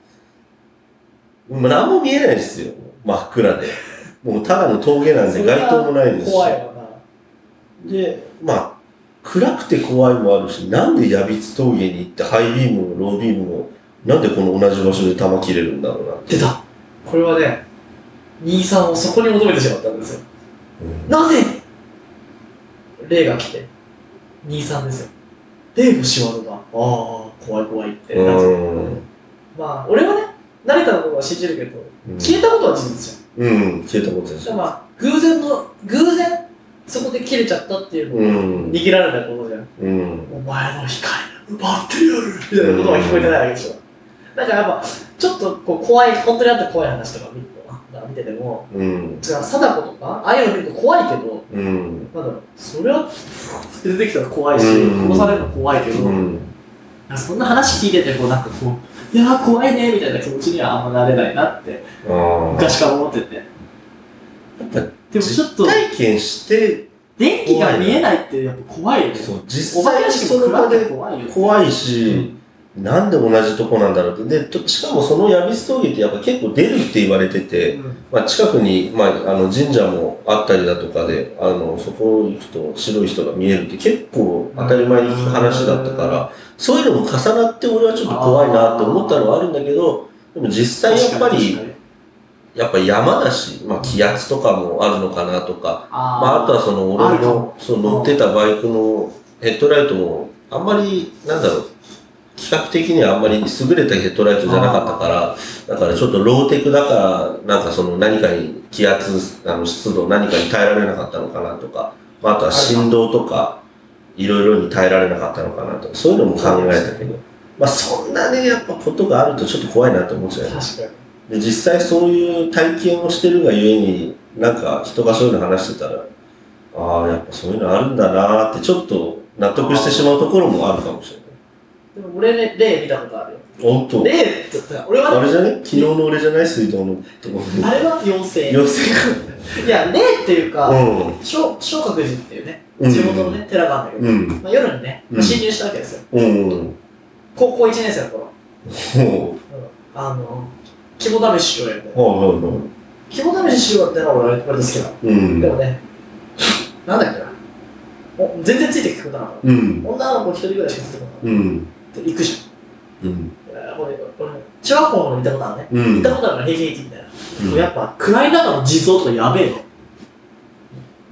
S1: う何も見えないですよ。真っ暗で。もうただの峠なんで
S2: それは
S1: 街灯もないですし。
S2: 怖いわな
S1: で、まあ、暗くて怖いもあるし、なんでヤビツ峠に行ってハイビームもロービームも、なんでこの同じ場所で弾切れるんだろうなって。
S2: 出たこれはね兄さんをそこに求めてしまったんですよ
S1: うん
S2: なぜ霊が来て兄さんですよ霊の仕業だああ怖い怖いってなっちゃう
S1: うん
S2: まあ俺はね誰かのことは信じるけど
S1: うん
S2: 消えたことは事実じ
S1: うん、消えたことでし
S2: ゃん、
S1: ょ。
S2: まあ偶然の偶然そこで切れちゃったっていうの
S1: う
S2: を
S1: ん。
S2: 握られたことじゃん
S1: うん。
S2: お前の光奪ってやるみたいなことは聞こえてないわけでしょだからやっぱちょっとこう怖い本当にあった怖い話とか見て見てても
S1: うん。
S2: じゃあ貞子とかああいうの見ると怖いけど
S1: うん。
S2: なんだろうそれは出てきたら怖いし
S1: うん
S2: 殺されるの怖いけど、
S1: うん。
S2: なんかそんな話聞いててこうなんかこういやー怖いねみたいな気持ちにはあんまなれないなって
S1: ああ。
S2: 昔から思ってて
S1: ぱ
S2: でもちょっと
S1: 実体験して、
S2: 電気が見えないってやっぱ怖いよね
S1: そう、
S2: お
S1: 実
S2: 化け
S1: 際
S2: 屋
S1: に
S2: 敷
S1: そ
S2: も
S1: の場
S2: 暗くて
S1: で
S2: 怖いよね
S1: 怖いし、なんで同じとこなんだろうって。で、としかもそのヤビス峠ってやっぱ結構出るって言われてて、
S2: うん
S1: まあ、近くに、まあ、あの神社もあったりだとかであのそこ行くと白い人が見えるって結構当たり前に聞く話だったからそういうのも重なって俺はちょっと怖いなって思ったのはあるんだけどでも実際やっぱ
S2: 確
S1: り
S2: かに確かに
S1: やっぱ山だし、まあ、気圧とかもあるのかなとか
S2: あ
S1: まあ、あとは
S2: は
S1: その
S2: あ
S1: 俺
S2: るか
S1: の
S2: も
S1: その乗ってたバイクのヘッドライトもあんまりなんだろう比較的にはあんまり優れたヘッドライトじゃなかったからだからちょっとローテクだからなんかその何かに気圧あの湿度何かに耐えられなかったのかなとか、まあ、あとは振動とかいろいろに耐えられなかったのかなとかそういうのも考えたけど、まあ、そんなねやっぱことがあるとちょっと怖いなと思っちゃうよね
S2: 確かに
S1: で実際そういう体験をしてるがゆえになんか人がそういうの話してたらああやっぱそういうのあるんだなーってちょっと納得してしまうところもあるかもしれない
S2: でも俺ね霊見たことあるよ
S1: 本当
S2: 霊って言ったら俺は
S1: あ
S2: ね
S1: れじゃね昨日の俺じゃない水道のとこ
S2: あれは妖精
S1: 妖精
S2: いや霊っていう
S1: か
S2: か、
S1: うん
S2: 小小覚寺っていうね、
S1: うん
S2: 地元のね、寺があるんだけど、
S1: うん
S2: まあ、夜にね、
S1: うん
S2: 侵入したわけですよ。
S1: うん
S2: 高校1年生の頃、
S1: ほ
S2: あの、肝試ししようよみたいうな。
S1: ほうほう
S2: 肝試ししようってのは俺割と好きなの。
S1: ううん
S2: でもね、なんだっけな。お全然ついてきてくれなかっ
S1: うん
S2: た。女の子一人ぐらいしかついてこなかっ
S1: うん
S2: た。で行くじ
S1: うん
S2: ゃん。いや俺、俺、中学校の頃にいたことあるね。
S1: う
S2: い
S1: ん
S2: たことあるから平気平気みたい
S1: うん
S2: な。でもやっぱ、暗い中の地蔵とかやべえの。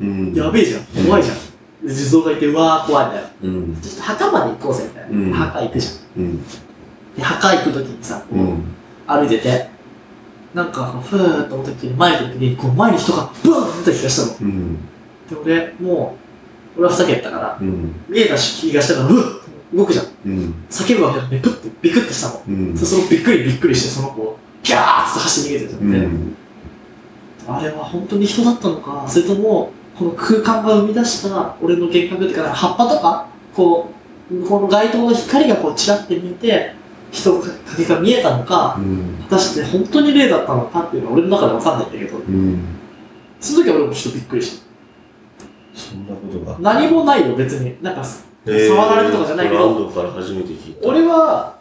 S1: うん
S2: やべえじゃん。怖いじゃん。で地蔵がいて、うわー怖いんだよ。
S1: うん
S2: ちょっと墓まで行こうぜみたいな。
S1: うん
S2: 墓行くじゃん。
S1: うん
S2: で墓行く時にさ、
S1: うん
S2: 歩いててなんかふーっと思った時に前の時にこう前に人がブーンって出た気がしたの
S1: うん
S2: で俺もう俺はふざけてたから
S1: うん
S2: 見えたし気がしたからうわっ動くじゃん
S1: うん
S2: 叫ぶわけじゃんでプッてビクッてしたの、
S1: うん
S2: そそのびっくりびっくりしてその子ギャーッて走って逃げてた
S1: うん
S2: で、
S1: ん
S2: あれは本当に人だったのかそれともこの空間が生み出した俺の幻覚っていうか葉っぱとかこうこの街灯の光がこうちらって見えて人の影が見えたのか、
S1: うん
S2: 果たして本当に霊だったのかっていうのは俺の中で分かんないんだけど
S1: うん
S2: その時は俺もちょっとびっくりした
S1: そんなことが
S2: 何もないよ別になんか
S1: 騒
S2: 触られるとかじゃないけど
S1: ランドから初めて聞いた。
S2: 俺は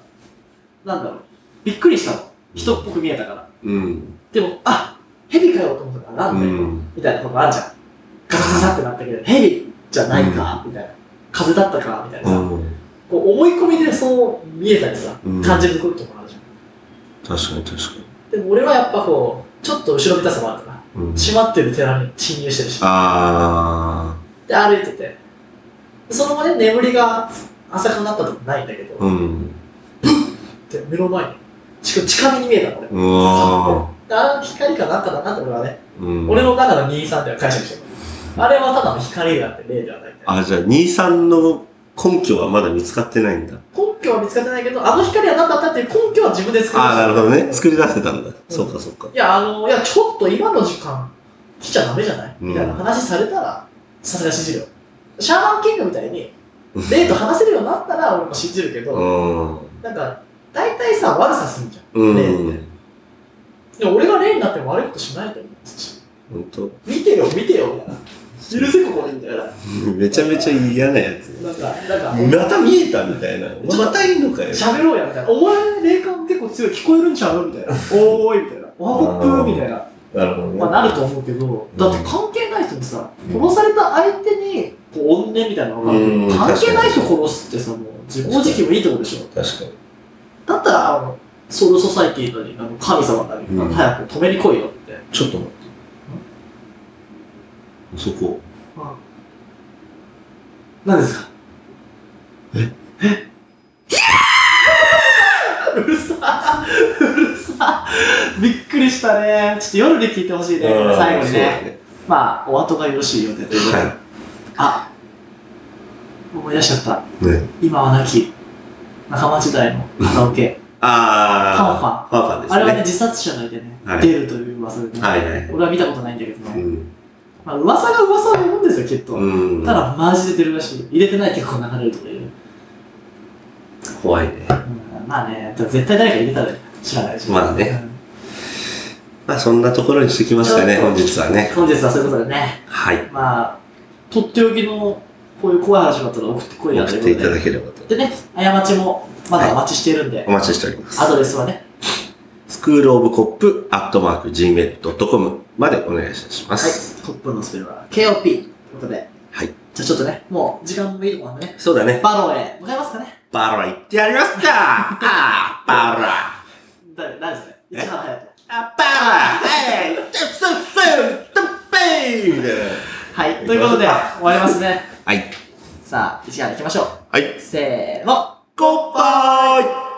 S2: なんだろうびっくりしたの人っぽく見えたから
S1: うん。
S2: でもあ蛇かよと思ったから
S1: う
S2: なんだよ、
S1: ん。
S2: みたいなことあるじゃんガサガサガサってなったけど蛇じゃないか、みたいな風だったかみたいなさ、
S1: うん。
S2: こう思い込みでそう見えたりさ
S1: うん
S2: 感じることもあるじゃん、
S1: 確かに確か
S2: でも俺はやっぱこうちょっと後ろめたさもあるか
S1: に。
S2: ら
S1: うん
S2: 閉まってる寺に侵入してるし
S1: あ
S2: で歩いててその後ね、眠りが浅くなったとかないんだけど、
S1: うん。
S2: で目の前に、近近めに見えたの俺。
S1: うわ
S2: あの光かなんかだなって俺はね、
S1: ーうん。
S2: 俺の中の23では解釈してる。あれはただの光であって霊ではないみたいな。
S1: あ、じゃあ、23の根拠はまだ見つかってないんだ。
S2: 根拠は見つかってないけど、あの光はなかったっていう根拠は自分で作り
S1: あ
S2: まし
S1: あ、
S2: た
S1: なるほどね。作り出せたんだ。そうか、そうか。
S2: いや、あの、いや、ちょっと今の時間、来ちゃダメじゃないみたいな話されたら、さすが信じるよ。シャーマンキングみたいに、霊と話せるようになったら俺も信じるけど、
S1: うん。
S2: なんか、大体さ、悪さするじゃん。
S1: うん。
S2: でも俺が霊になっても悪いことしないと思うし。
S1: 本当。
S2: 見てよ、見てよ、みたいな。許せここに、みたいな。なんか、
S1: めちゃめちゃ嫌なやつ。
S2: なんか、
S1: また見えたみたいな。
S2: ちょ
S1: またいんのかよ。
S2: 喋ろうや、みたいな。お前、霊感結構強い、聞こえるんちゃうみたいな。おーい、みたいな。おはこっぷーみたいな。
S1: なるほどね。
S2: まあ、なると思うけど、だって関係ない人にさ、殺された相手に、こう、怨念みたいなのがあるけど
S1: うん
S2: 関係ない人殺すってさ、もう、自暴自棄もいいってことでしょ。
S1: 確かに。
S2: だったら、あの、ソウルソサイティなり、あの、神様なり、
S1: うん
S2: 早く止めに来いよって。
S1: ちょっと待って。そこ。
S2: 何ですかええうるさうるさびっくりしたねちょっと夜で聞いてほしいね
S1: うん
S2: 最後に
S1: そうだ
S2: ねまあお後がよろしいようでということで
S1: は
S2: あ思い出しちゃった
S1: い。ね。
S2: 今は亡き仲間時代のカラオケ
S1: ああ。ファンファンです
S2: あ
S1: ね。
S2: れはね自殺者がいてね、
S1: はい
S2: 出るという噂でね、
S1: はいはいはい
S2: 俺は見たことないんだけどね、
S1: うん。
S2: まあ噂が噂を呼ぶんですよきっと、
S1: うん。
S2: ただマジで出てるらしい入れてない曲が流れるとかいう、
S1: 怖いね。
S2: うん、まあね絶対誰か入れたら知らないし
S1: まあねまあそんなところにしてきますかね、
S2: ちょっ
S1: 本
S2: と
S1: 日は
S2: う
S1: ね。
S2: ん本日はそういうことでね
S1: はい。
S2: まあとっておきのこういう怖い話があったら送ってこいやとい
S1: 送
S2: う
S1: ってい
S2: こと
S1: た
S2: で
S1: だければと。
S2: でね過ちもまだお待ちしているんで、
S1: お待ちしております。
S2: アドレスはね
S1: スクールオブコップアットマーク Gmail.com までお願いいたしま
S2: はい
S1: す。
S2: トップのスペルは KOP ということで
S1: はい
S2: じゃあちょっとねもう時間もいいとこなんでね
S1: そうだね。
S2: バローへ向かいますかね
S1: バラ行ってやりますかああ、バラ
S2: 誰誰ですね
S1: え
S2: 一番早く
S1: あ、バラはいトゥッフットゥッペイみたいな。
S2: はいということで
S1: 行きまし
S2: 終わりますね
S1: はい。
S2: さあ一から行きましょ
S1: はい。
S2: うせーの
S1: ゴッバイ